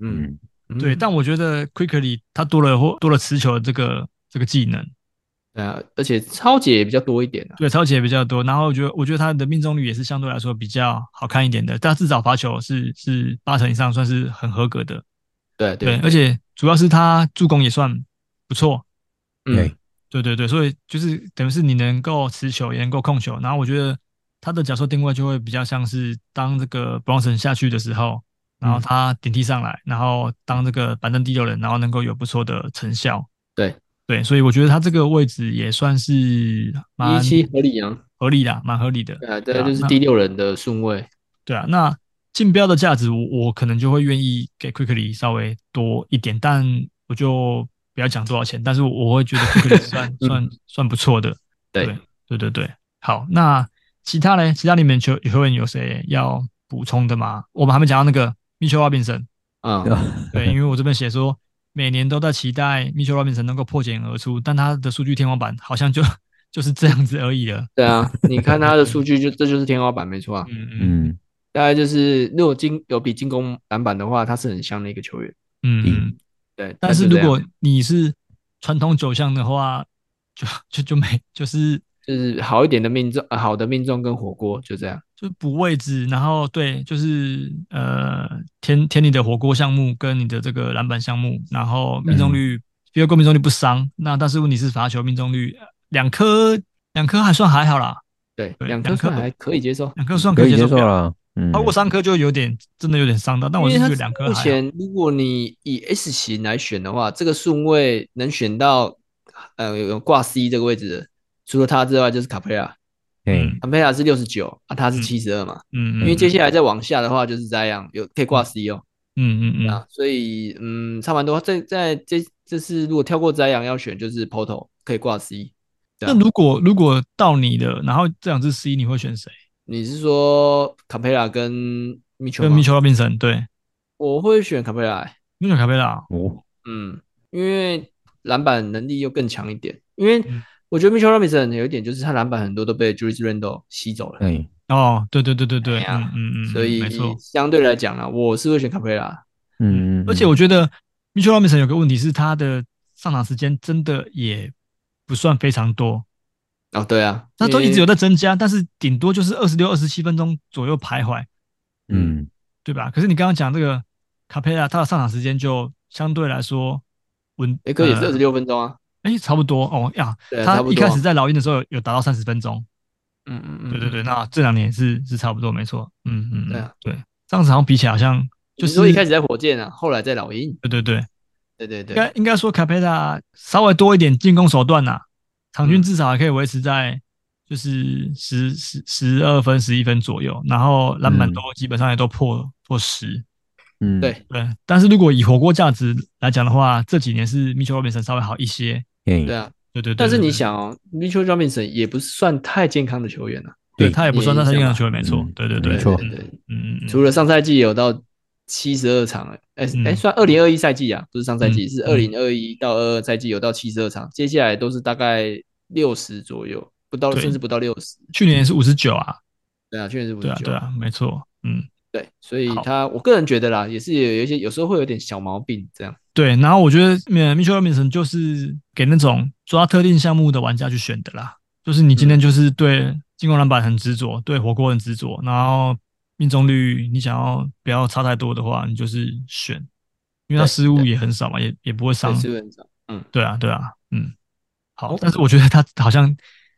Speaker 2: 嗯，
Speaker 1: 嗯，
Speaker 2: 嗯
Speaker 3: 对。但我觉得 Quickly 他多了或多了持球的这个这个技能，
Speaker 2: 对啊，而且超姐也比较多一点啊，
Speaker 3: 对，超级也比较多。然后我觉得我觉得他的命中率也是相对来说比较好看一点的，但至少罚球是是八成以上，算是很合格的。
Speaker 2: 对
Speaker 3: 对，而且主要是他助攻也算不错，
Speaker 2: 嗯，
Speaker 3: 对对对，所以就是等于是你能够持球，也能够控球，然后我觉得他的角色定位就会比较像是当这个 Bronson 下去的时候，然
Speaker 2: 嗯
Speaker 3: 后他顶替上来，然后当这个板凳第六人，然后能够有不错的成效。
Speaker 2: 对
Speaker 3: 对，所以我觉得他这个位置也算是蛮
Speaker 2: 一七合理啊，
Speaker 3: 合理的，蛮合理的。
Speaker 2: 对啊，
Speaker 3: 对
Speaker 2: 这
Speaker 3: 啊
Speaker 2: 就是
Speaker 3: 那
Speaker 2: 第六人的顺位，
Speaker 3: 对啊，那竞标的价值我，我可能就会愿意给 Quickly 稍微多一点，但我就不要讲多少钱，但是我我会觉得 *laughs* Quickly 算算算不错的。
Speaker 2: 对，
Speaker 3: 对对对，好，那其他嘞，其他里面球球员有谁要补充的吗？我们还没讲到那个 Mitchell *laughs* Robinson，
Speaker 2: 啊，
Speaker 3: 对，因为我这边写说每年都在期待 Mitchell Robinson 能够破茧而出，但他的数据天花板好像就 *laughs* 就是这样子而已了。
Speaker 2: 对啊，你看他的数据就这就是天花板，没错啊，
Speaker 3: 嗯嗯
Speaker 1: 嗯，
Speaker 2: 大概就是如果进有比进攻篮板的话，他是很香的一个球员，
Speaker 3: 嗯嗯
Speaker 1: 嗯，
Speaker 2: 对，
Speaker 3: 但
Speaker 2: 他
Speaker 3: 是
Speaker 2: 就
Speaker 3: 如
Speaker 2: 这样
Speaker 3: 果你是传统九项的话，就就就没就是
Speaker 2: 就是好一点的命中，呃好的命中跟火锅就这样，
Speaker 3: 就补位置，然后对，就是呃填填你的火锅项目跟你的这个篮板项目，然后命中率 f i e 命中率不伤，那但是问题是罚球命中率呃两颗两颗还算还好啦，
Speaker 2: 对，
Speaker 3: 对
Speaker 2: 两
Speaker 3: 两
Speaker 2: 颗
Speaker 3: 颗
Speaker 2: 看还可以接受，
Speaker 3: 两颗算
Speaker 1: 可
Speaker 3: 以
Speaker 1: 以
Speaker 3: 接
Speaker 1: 接受
Speaker 3: 受了，
Speaker 1: 啦。嗯，
Speaker 3: 超过三颗就有点真的有点伤到，但我是
Speaker 2: 因
Speaker 3: 觉
Speaker 2: 为
Speaker 3: 得
Speaker 2: 他
Speaker 3: 两颗
Speaker 2: 目
Speaker 3: 还好。
Speaker 2: 前如果你以 S 型来选的话，这个顺位能选到呃有挂 C 这个位置的，除了他之外就是卡佩拉，
Speaker 1: 嘿，
Speaker 3: 嗯
Speaker 2: 卡佩拉是六十九啊，他是
Speaker 3: 嗯
Speaker 2: 七十二嘛，
Speaker 3: 嗯，
Speaker 2: 因为接
Speaker 3: 些
Speaker 2: 下来再往下的话就是这样，有可以挂 C 哦，
Speaker 3: 嗯嗯嗯
Speaker 2: 啊，所以嗯差蛮多，在在这这是如果跳过摘阳要选就是 Porto 可以挂 C，对啊
Speaker 3: 那如果如果到你的，然后这两支 C 你会选谁？
Speaker 2: 你是说卡佩拉跟米球？
Speaker 3: 跟米，球 r o b i 对，
Speaker 2: 我会选卡佩拉、欸。
Speaker 3: 你选卡佩拉。
Speaker 1: 哦，
Speaker 2: 嗯，因为篮板能力又更强一点。因为
Speaker 3: 嗯
Speaker 2: 我觉得 Mitchell Robinson 有一点就是他篮板很多都被 Julius Randle 吸走了，
Speaker 1: 哎，
Speaker 3: 哦，对对对对对，
Speaker 2: 哎呀
Speaker 3: 嗯嗯嗯，
Speaker 2: 所以
Speaker 3: 没错。
Speaker 2: 相对来讲啦，我是会选卡佩拉。
Speaker 1: 嗯，
Speaker 3: 而且我觉得 Mitchell Robinson 有个问题是他的上场时间真的也不算非常多，
Speaker 2: 哦，对啊，
Speaker 3: 那都一直有
Speaker 2: 因为
Speaker 3: 在增加，但是顶多就是二十六、二十七分钟左右徘徊，
Speaker 1: 嗯
Speaker 3: 对吧？可是你刚刚讲这个卡佩拉，他的上场时间就相对来说稳，
Speaker 2: 诶，哥也是二
Speaker 3: 呃
Speaker 2: 十六分钟啊。
Speaker 3: 哎，差不多哦呀。
Speaker 2: 对啊，
Speaker 3: 他
Speaker 2: 差不
Speaker 3: 一
Speaker 2: 多啊
Speaker 3: 开始，在老鹰的时候有有达到三十分钟，
Speaker 2: 嗯嗯嗯，
Speaker 3: 对对对。那这两年也是是差不多，没错。嗯嗯，
Speaker 2: 对
Speaker 3: 嗯
Speaker 2: 啊
Speaker 3: 对，上次好像比起来好像就
Speaker 2: 你
Speaker 3: 是
Speaker 2: 说一开始在火箭啊，后来在老鹰，
Speaker 3: 对对对，
Speaker 2: 对对
Speaker 3: 应
Speaker 2: 对
Speaker 3: 该，应该说卡佩拉稍微多一点进攻手段呐、场均至少还可以维持在就是十十十二分、十一分左右，然后篮板
Speaker 1: 嗯
Speaker 3: 都基本上也都破、破十。
Speaker 1: 嗯，
Speaker 2: 对，
Speaker 3: 对，但是如果以火锅价值来讲的话，这几年是 Mitchell Robinson 稍微好一些。
Speaker 2: 对
Speaker 1: 哎，
Speaker 2: 啊。
Speaker 3: 对对对
Speaker 2: 但是你
Speaker 3: 对
Speaker 2: 想哦，Mitchell Robinson 也不是算太健康的球员啊，
Speaker 3: 对
Speaker 1: 对
Speaker 3: 他也不算
Speaker 2: 你
Speaker 3: 在
Speaker 2: 也
Speaker 3: 他进
Speaker 2: 想嘛
Speaker 3: 场球员，没错
Speaker 1: 嗯。
Speaker 3: 对对
Speaker 1: 没
Speaker 3: 对，
Speaker 2: 对
Speaker 1: 错
Speaker 2: 对对。
Speaker 3: 嗯嗯嗯，
Speaker 2: 除了上赛季有到七十二场，哎、哎、
Speaker 3: 嗯
Speaker 2: 算二零二一赛季啊，不是上赛季，
Speaker 3: 嗯
Speaker 2: 是
Speaker 3: 嗯
Speaker 2: 二零二一到二二赛季有到七十二场，接下来都是大概六十左右，不到
Speaker 3: 对
Speaker 2: 甚至不到六十。
Speaker 3: 去年也是五十九啊，
Speaker 2: 对啊，确实是五十
Speaker 3: 对啊
Speaker 2: 九。
Speaker 3: 对啊，没错。嗯，
Speaker 2: 对所以
Speaker 3: 好
Speaker 2: 他我个人觉得啦，也是有一些有时候会有点小毛病这样。
Speaker 3: 对。然后我觉得呃 Mitchell Robinson 就是给那种抓特定项目的玩家去选的啦，就是你
Speaker 2: 嗯
Speaker 3: 今天就是对进攻篮板很执着，对火锅很执着，然后命中率你想要不要差太多的话，你就是选，因为他
Speaker 2: 对
Speaker 3: 失误
Speaker 2: 对
Speaker 3: 也很少嘛，也也不会伤
Speaker 2: 对，。是很少。嗯，
Speaker 3: 对啊，对啊，嗯，好，
Speaker 2: 哦
Speaker 3: 但是我觉得他好像，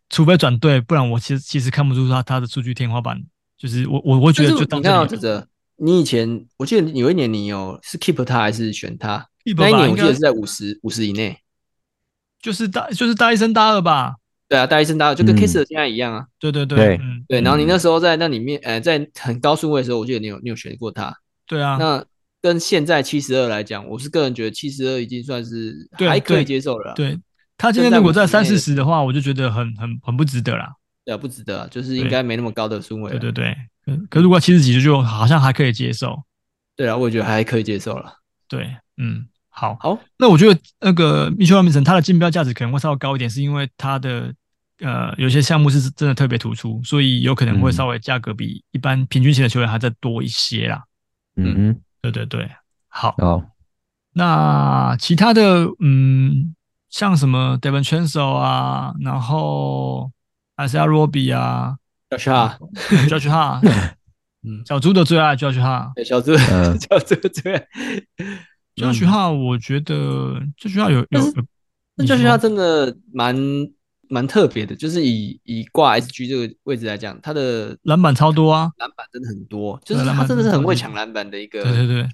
Speaker 3: 除非转队，不然我其实其实看不出他他的数据天花板。就是我我我觉得
Speaker 2: 但是
Speaker 3: 就
Speaker 2: 你
Speaker 3: 到
Speaker 2: 看
Speaker 3: 这
Speaker 2: 到
Speaker 3: 里
Speaker 2: 这个，你以前我记得有一年你有是 keep 他还是选他？
Speaker 3: 一
Speaker 2: 那
Speaker 3: 百
Speaker 2: 一
Speaker 3: 吧，
Speaker 2: 年
Speaker 3: 应
Speaker 2: 我记
Speaker 3: 该
Speaker 2: 得是在五十五十以内。
Speaker 3: 就是大就是大一升大二吧。
Speaker 2: 对啊，大一升大二就
Speaker 1: 嗯
Speaker 2: 跟 Kisser 现在一样啊。
Speaker 3: 对对对，
Speaker 1: 对
Speaker 3: 嗯，
Speaker 2: 对，
Speaker 1: 嗯
Speaker 2: 然后你那时候在那里面，呃，在很高顺位的时候，我记得你有你有选过他。
Speaker 3: 对啊，
Speaker 2: 那跟现在七十二来讲，我是个人觉得七十二已经算是
Speaker 3: 对啊
Speaker 2: 还可
Speaker 3: 对
Speaker 2: 以接受了啦。
Speaker 3: 对他今
Speaker 2: 就
Speaker 3: 天
Speaker 2: 啊在
Speaker 3: 如果在
Speaker 2: 50
Speaker 3: 三
Speaker 2: 内
Speaker 3: 四
Speaker 2: 的
Speaker 3: 十的话，我就觉得很很很不值得啦。
Speaker 2: 对啊，不值得啊，就是
Speaker 3: 对
Speaker 2: 应该没那么高的顺位啊
Speaker 3: 对对
Speaker 2: 了。
Speaker 3: 对，可可如果七十几就好像还可以接受。
Speaker 2: 对啊，我也觉得还可以接受了。
Speaker 3: 对，嗯，好，
Speaker 2: 好，
Speaker 3: 那我觉得那个 Mitchell Robinson 他的竞标价值可能会稍微高一点，是因为他的呃有些项目是真的特别突出，所以有可能会
Speaker 1: 嗯
Speaker 3: 稍微价格比一般平均型的球员还再多一些啦。
Speaker 1: 嗯嗯，
Speaker 3: 对对对，好，
Speaker 1: 好，
Speaker 3: 那其他的嗯，像什么 Devon c h a n c e l 啊，然后 Isaiah Roby 啊
Speaker 2: 小夏啊，
Speaker 3: ，Josh Ha，
Speaker 2: 嗯，
Speaker 3: 小猪的最爱 Josh Ha，Josh
Speaker 2: 对小猪， *laughs*
Speaker 3: *laughs*
Speaker 1: 嗯
Speaker 2: 小猪对。嗯
Speaker 3: Ha，我觉得 Josh Ha 有有
Speaker 2: 但是
Speaker 3: 有，
Speaker 2: 那
Speaker 3: 你
Speaker 2: 教学
Speaker 3: 说
Speaker 2: 他真的蛮蛮特别的，就是以以挂 SG 这个位置来讲，他的
Speaker 3: 篮板超多啊，
Speaker 2: 篮板真的很多，就
Speaker 3: 对
Speaker 2: 是
Speaker 3: 篮
Speaker 2: 他
Speaker 3: 板
Speaker 2: 真的是
Speaker 3: 真的
Speaker 2: 很会
Speaker 3: 很多
Speaker 2: 抢篮板的一个
Speaker 3: 对对对
Speaker 2: 的，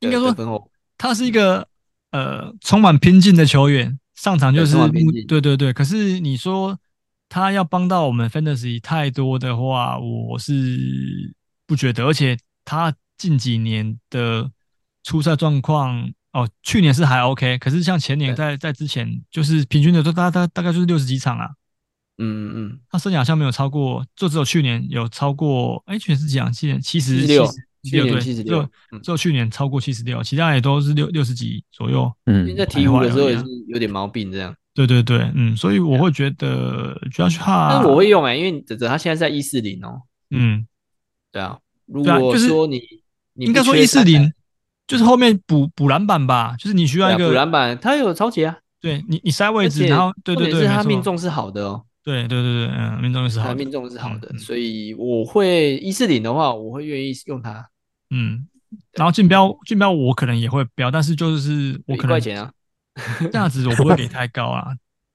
Speaker 3: 应该说
Speaker 2: 得分后卫
Speaker 3: 他是一个呃充满拼劲的球员，上场就
Speaker 2: 对
Speaker 3: 是
Speaker 2: 充满拼
Speaker 3: 目
Speaker 2: 劲
Speaker 3: 对对对。可是你说他要帮到我们 fantasy 太多的话，我是不觉得。而且他近几年的出赛状况，哦，去年是还 OK，可是像前年
Speaker 2: 对
Speaker 3: 在在之前，就是平均的都大大大概就是六十几场啊。
Speaker 2: 嗯嗯
Speaker 3: 他生涯好像没有超过，就只有去年有超过，哎，去年是几场？去年七
Speaker 2: 嗯，
Speaker 3: 十
Speaker 2: 七六，去
Speaker 3: 六
Speaker 2: 年
Speaker 3: 对，
Speaker 2: 七十
Speaker 3: 只有
Speaker 2: 六，嗯
Speaker 3: 只有去年超过七十六，其他也都是六六十几左右。
Speaker 2: 因为
Speaker 1: 嗯
Speaker 2: 在鹈鹕的时候
Speaker 3: 哎
Speaker 2: 也是有点毛病这样，
Speaker 3: 对对对，嗯，所以我会觉得 Josh
Speaker 2: 但
Speaker 3: Ha，
Speaker 2: 是我会用哎、因为泽泽他现在在一四零哦，
Speaker 3: 嗯，
Speaker 2: 对啊，如
Speaker 3: 对啊
Speaker 2: 果
Speaker 3: 就是
Speaker 2: 说你、你
Speaker 3: 应该说一四零，就是后面补补篮板吧，就是你需
Speaker 2: 啊补
Speaker 3: 要一个
Speaker 2: 篮板，他有超级啊，
Speaker 3: 对你你塞位
Speaker 2: 而
Speaker 3: 置，
Speaker 2: 且
Speaker 3: 然后对对
Speaker 2: 重
Speaker 3: 对，
Speaker 2: 点是
Speaker 3: 没
Speaker 2: 他
Speaker 3: 错
Speaker 2: 命，中是好的哦，
Speaker 3: 对对对对，嗯，命中率是
Speaker 2: 他
Speaker 3: 好
Speaker 2: 的
Speaker 3: 的，
Speaker 2: 命中是好的，
Speaker 3: 嗯嗯
Speaker 2: 所以我会一四零的话，我会愿意用它，
Speaker 3: 嗯，然后竞标竞标我可能也会标，但是就是我
Speaker 2: 一
Speaker 3: 可
Speaker 2: 块
Speaker 3: 能
Speaker 2: 钱啊，
Speaker 3: 价值我不会给太高啊，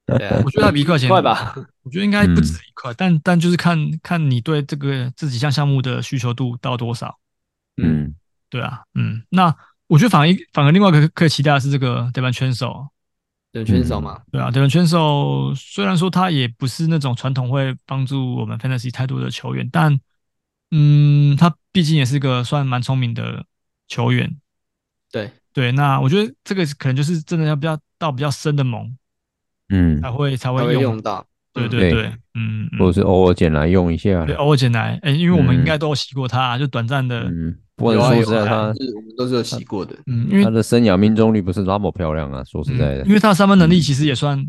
Speaker 2: 对啊
Speaker 3: *laughs* 我，觉得它比一块钱
Speaker 2: *laughs*
Speaker 3: 嗯
Speaker 2: 快吧，嗯
Speaker 3: 我觉得应该不止一块，但但就是看看你对这个这几项项目的需求度到多少，
Speaker 1: 嗯
Speaker 3: 对啊，嗯，那我觉得反而一反而另外一个可以期待的是这个对板圈手，
Speaker 2: 等选手嘛，
Speaker 3: 对啊，对板圈手虽然说他也不是那种传统会帮助我们 fantasy 太多的球员，但嗯，他毕竟也是个算蛮聪明的球员，
Speaker 2: 对，
Speaker 3: 对，那我觉得这个可能就是真的要比较到比较深的盟
Speaker 1: 嗯
Speaker 3: 才会才
Speaker 2: 他
Speaker 3: 会
Speaker 2: 会
Speaker 3: 用
Speaker 2: 用到，
Speaker 3: 对
Speaker 2: 嗯
Speaker 3: 对对
Speaker 1: 对，
Speaker 3: 嗯，嗯
Speaker 1: 或者是偶尔捡来用一下
Speaker 3: 对，。偶尔捡来，哎，因为我们应该都有洗过它，就短暂的，
Speaker 1: 嗯，不能
Speaker 2: 有啊
Speaker 1: 说
Speaker 2: 有
Speaker 1: 实在，
Speaker 2: 啊
Speaker 1: 他
Speaker 2: 是我们都是有洗过的。
Speaker 3: 嗯，因为
Speaker 1: 他的生涯命中率不是那么漂亮啊。说实在
Speaker 3: 嗯
Speaker 1: 的
Speaker 3: 因，为它的三分能力其实也算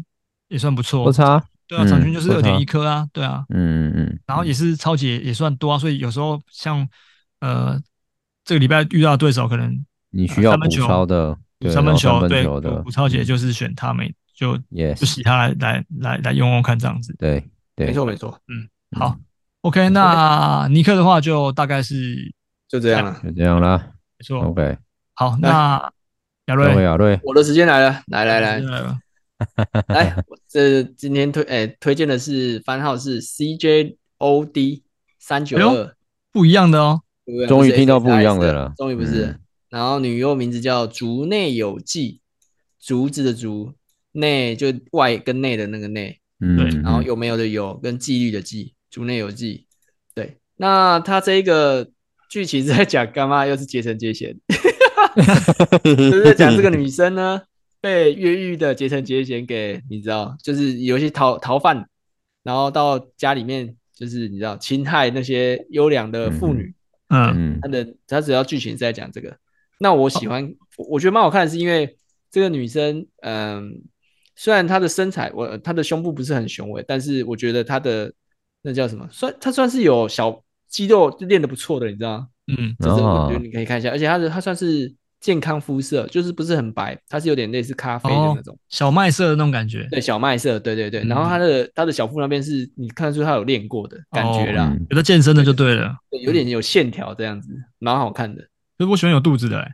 Speaker 3: 也算不错
Speaker 1: 不，差。
Speaker 3: 对啊，场均
Speaker 1: 嗯
Speaker 3: 就是
Speaker 1: 不
Speaker 3: 二点一
Speaker 1: 差
Speaker 3: 颗啊，对啊，
Speaker 1: 嗯嗯嗯，
Speaker 3: 然后也是超级也也算多啊，所以有时候像呃这个礼拜遇到的对手可能
Speaker 1: 你需要
Speaker 3: 呃三分
Speaker 1: 补
Speaker 3: 球
Speaker 1: 超的，对
Speaker 3: 三分
Speaker 1: 然后三
Speaker 3: 球，
Speaker 1: 分
Speaker 3: 对，
Speaker 1: 球的嗯
Speaker 3: 古超杰就是选他们就就
Speaker 1: yes，
Speaker 3: 洗他来来来来用用看这样子。
Speaker 1: 对对，
Speaker 2: 没错没错，
Speaker 3: 好，OK，那
Speaker 1: 嗯
Speaker 3: 尼克的话就大概是
Speaker 2: 就这样了。
Speaker 1: 就这样啦。
Speaker 3: 没错。
Speaker 1: OK，
Speaker 3: 好，那亚
Speaker 1: 各位
Speaker 3: 瑞
Speaker 1: 亚瑞，啊
Speaker 2: 我的时间来了，来来来
Speaker 3: 来了，
Speaker 1: *laughs*
Speaker 2: 来，我这今天推哎推荐的是番号是 CJOD 三九
Speaker 3: 哎
Speaker 2: 二
Speaker 3: 呦，不一样的哦。
Speaker 2: 对不对
Speaker 1: 终于
Speaker 2: 不是
Speaker 1: 听到不
Speaker 2: SSIS
Speaker 1: 一样的了
Speaker 2: 终于不是
Speaker 1: 嗯。
Speaker 2: 然后女优名字叫竹内有纪，竹子的竹，内就外跟内的那个内，
Speaker 3: 对
Speaker 1: 嗯，
Speaker 2: 然后
Speaker 1: 嗯
Speaker 2: 有没有的有跟纪律的纪，竹内有纪。对，那他这个剧情是在讲干嘛？又是结成结弦， *laughs* 就是在讲这个女生呢被越狱的结成结弦给你知道，就是有一些逃逃犯，然后到家里面就是你知道侵害那些优良的妇女。
Speaker 3: 嗯，
Speaker 1: 嗯
Speaker 2: 他的他只要剧情是在讲这个。那我喜欢，我我觉得蛮好看，是因为这个女生，嗯，虽然她的身材，我她的胸部不是很雄伟，但是我觉得她的那叫什么，算她算是有小肌肉练得不错的，你知道吗？
Speaker 3: 嗯
Speaker 2: 这是我
Speaker 1: 哦
Speaker 2: 觉得你可以看一下，而且她的她算是健康肤色，就是不是很白，她是有点类似咖啡的
Speaker 1: 哦
Speaker 2: 那种。
Speaker 3: 小麦色的那种感觉。
Speaker 2: 对小麦色，对对对，
Speaker 3: 嗯
Speaker 2: 然后她的她的小腹那边是你看得出她有练过的感觉啦，
Speaker 1: 嗯
Speaker 3: 有的健身的就对了。
Speaker 2: 对有点有线条这样子，蛮好看的。
Speaker 3: 可是我喜欢有肚子的、欸，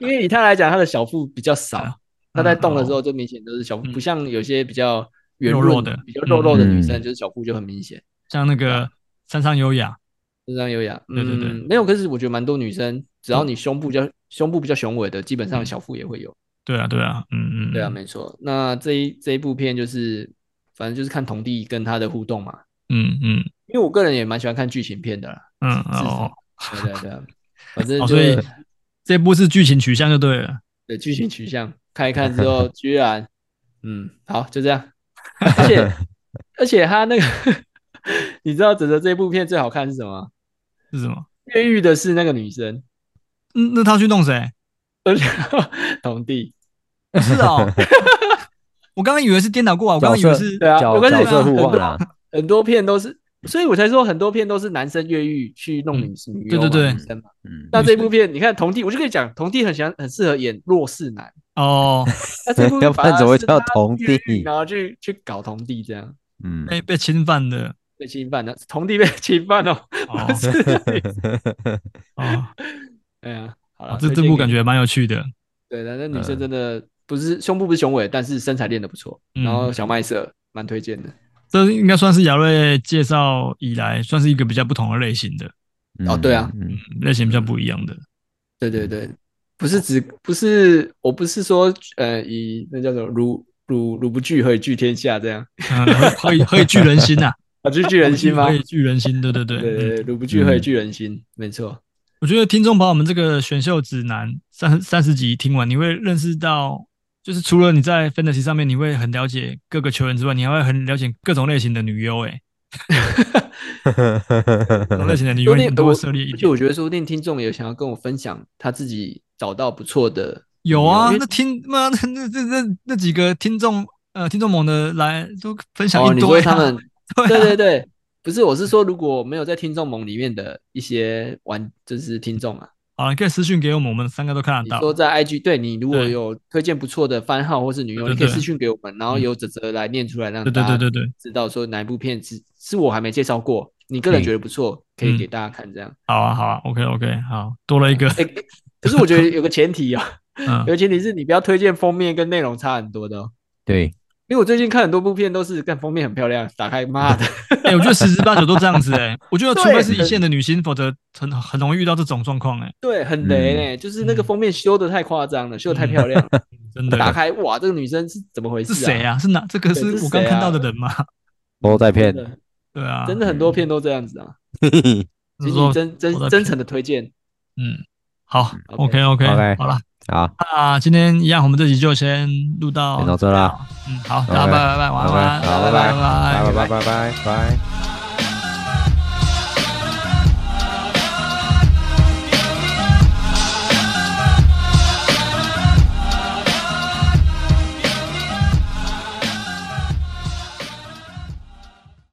Speaker 2: 因为以他来讲，他的小腹比较少，他在动的时候就明显都是小腹，
Speaker 3: 啊嗯
Speaker 2: 不像有些比较圆
Speaker 3: 肉
Speaker 2: 润
Speaker 3: 肉的
Speaker 2: 比较肉肉的女生，
Speaker 1: 嗯
Speaker 2: 就是小腹就很明显，
Speaker 3: 像那个山上优雅，
Speaker 2: 非常优雅。
Speaker 3: 对对嗯对
Speaker 2: 嗯，没有，可是我觉得蛮多女生，只要你胸部比较胸部比较雄伟的，基本上小腹也会有。
Speaker 3: 对啊对啊，嗯嗯嗯，
Speaker 2: 对啊，没错。那这一这一部片就是，反正就是看童弟跟他的互动嘛。
Speaker 3: 嗯嗯
Speaker 2: 因为我个人也蛮喜欢看剧情片的啦，
Speaker 3: 嗯
Speaker 2: 是是
Speaker 3: 哦，
Speaker 2: 对对对啊，反正
Speaker 3: 哦，
Speaker 2: 就
Speaker 3: 所以这部是剧情取向就对了。
Speaker 2: 对剧情取向看一看之后，居
Speaker 3: *laughs*
Speaker 2: 然，嗯，好，就这样。而且而且他那个， *laughs* 你知道整个这部片最好看是什么？
Speaker 3: 是什么？
Speaker 2: 越狱的是那个女生，
Speaker 3: 嗯，那他去弄谁？
Speaker 2: 而且童弟，
Speaker 3: 是哦， *laughs* 我刚刚以为是颠倒过啊，我刚刚以为是
Speaker 2: 对啊，
Speaker 1: 角
Speaker 2: 我跟你
Speaker 1: 角色
Speaker 2: 讲，很
Speaker 1: 互换
Speaker 2: 多 *laughs*
Speaker 1: 啦，
Speaker 2: 很多片都是，所以我才说很多片都是男生越狱去弄女生，女
Speaker 3: 嗯对
Speaker 2: 优
Speaker 3: 对对
Speaker 2: 嘛女生嘛。
Speaker 1: 嗯，
Speaker 2: 那这部片你看童弟，我就跟你讲，童弟很喜欢，很适合演弱势男。
Speaker 3: 哦，
Speaker 2: *laughs* 那这部
Speaker 3: *laughs*
Speaker 1: 要不然
Speaker 2: 反而
Speaker 1: 怎么会
Speaker 2: 是
Speaker 1: 叫
Speaker 2: 他
Speaker 1: 童
Speaker 2: 越狱
Speaker 1: 弟
Speaker 2: 然后去去搞童弟这样。
Speaker 1: 嗯，
Speaker 3: 被被侵犯的
Speaker 2: 被侵犯的，童弟被侵犯哦，
Speaker 3: 哦
Speaker 2: 不 *laughs*
Speaker 3: *laughs*
Speaker 2: 是你。 *laughs*
Speaker 3: 哦，
Speaker 2: 哎呀，好
Speaker 3: 哦
Speaker 2: 了，
Speaker 3: 这
Speaker 2: 推
Speaker 3: 这
Speaker 2: 荐
Speaker 3: 部
Speaker 2: 给
Speaker 3: 感觉蛮有趣的，
Speaker 2: 对，但是女生真的不是胸部不是雄伟，但是身材练得不错，
Speaker 3: 嗯
Speaker 2: 然后小麦色蛮推荐的。
Speaker 3: 这应该算是亚瑞介绍以来算是一个比较不同的类型的，
Speaker 2: 哦对啊
Speaker 1: 嗯，嗯
Speaker 3: 嗯类型比较不一样的。
Speaker 2: 对
Speaker 3: 嗯
Speaker 2: 对对，不是只不是我不是说呃以那叫什么如如如不惧可以惧天下这样
Speaker 3: 嗯，可以可以聚人心呐、啊，
Speaker 2: 啊，就是惧人心吗
Speaker 3: 可？以聚人心，对对对。
Speaker 2: *laughs* 对
Speaker 3: 嗯
Speaker 2: 对对，如不惧可以惧人心，没错。
Speaker 3: 我觉得听众把我们这个选秀指南三三十集听完，你会认识到，就是除了你在 fantasy 上面你会很了解各个球员之外，你还会很了解各种类型的女优，哎，各种类型的女
Speaker 2: 说
Speaker 3: 优
Speaker 2: 不定
Speaker 3: 你都
Speaker 2: 我
Speaker 3: 会涉猎一
Speaker 2: 而 *laughs* 且
Speaker 3: 点。
Speaker 2: 我觉得说不定听众也想要跟我分享他自己找到不错
Speaker 3: *laughs*
Speaker 2: 的
Speaker 3: 有啊
Speaker 2: 因，为
Speaker 3: 那听妈那那那那那几个听众呃听众盟的来都分享
Speaker 2: 哦，
Speaker 3: 一
Speaker 2: 你
Speaker 3: 堆、
Speaker 2: 说
Speaker 3: 啊
Speaker 2: 他们
Speaker 3: *laughs* 对啊
Speaker 2: 对对对，不是，我是说，如果没有在听众盟里面的一些玩，就是听众啊，
Speaker 3: 好了，你可以私讯给我们，我们三个都看
Speaker 2: 你
Speaker 3: 得到。
Speaker 2: 说在 IG，对你如果
Speaker 3: 对
Speaker 2: 有推荐不错的番号或是女优，
Speaker 3: 对对
Speaker 2: 你可以
Speaker 3: 对
Speaker 2: 私讯给我们，然后
Speaker 3: 嗯
Speaker 2: 由泽泽来念出来，让
Speaker 3: 对对
Speaker 2: 大
Speaker 3: 对
Speaker 2: 家
Speaker 3: 对对，
Speaker 2: 知道说哪一部片是是我还没介绍过，你个
Speaker 1: 嗯
Speaker 2: 人觉得不错，可以
Speaker 3: 嗯
Speaker 2: 给大家看这样。
Speaker 3: 好啊好啊，OK OK，好，多了一个，
Speaker 2: 哎，可是我觉得有个前提啊，
Speaker 3: *laughs* 嗯
Speaker 2: 有，个前提是你不要推荐封面跟内容差很多的哦。
Speaker 1: 对，
Speaker 2: 因为我最近看很多部片都是看封面很漂亮，打开妈的，
Speaker 3: *laughs* 哎、我觉得十之八九都这样子哎、我觉得除非
Speaker 2: 对
Speaker 3: 是一线的女星，否则很很容易遇到这种状况哎，
Speaker 2: *laughs* 对，很雷嘞、就是那个
Speaker 3: 嗯
Speaker 2: 封面修的太夸张了，修的太漂亮了，
Speaker 3: *laughs* 真的。
Speaker 2: 打开，哇，这个女生是怎么回事、
Speaker 3: 是
Speaker 2: 啊？
Speaker 3: 谁啊？是哪？这个
Speaker 2: 对
Speaker 3: 是
Speaker 2: 这是
Speaker 3: 我刚
Speaker 2: 谁
Speaker 3: 看到
Speaker 2: 啊
Speaker 3: 的人吗？
Speaker 1: 都在骗
Speaker 2: 真，的，
Speaker 3: 对啊，
Speaker 2: 真的很多片都这样子啊。
Speaker 3: 就是
Speaker 2: 请
Speaker 3: 嗯说
Speaker 2: 你真
Speaker 3: 我在
Speaker 2: 真
Speaker 3: 骗
Speaker 2: 真诚的推荐，
Speaker 3: 嗯，好
Speaker 2: ，OK
Speaker 3: ，OK OK，
Speaker 1: OK
Speaker 3: 好了，
Speaker 1: 好，
Speaker 3: 那今天一样，我们这集就先录到
Speaker 1: 先到这啦
Speaker 3: 样，嗯，好，大家拜拜拜，晚安晚安，
Speaker 1: 好，拜
Speaker 3: 拜
Speaker 1: 拜，
Speaker 3: 拜
Speaker 1: 拜拜拜拜拜。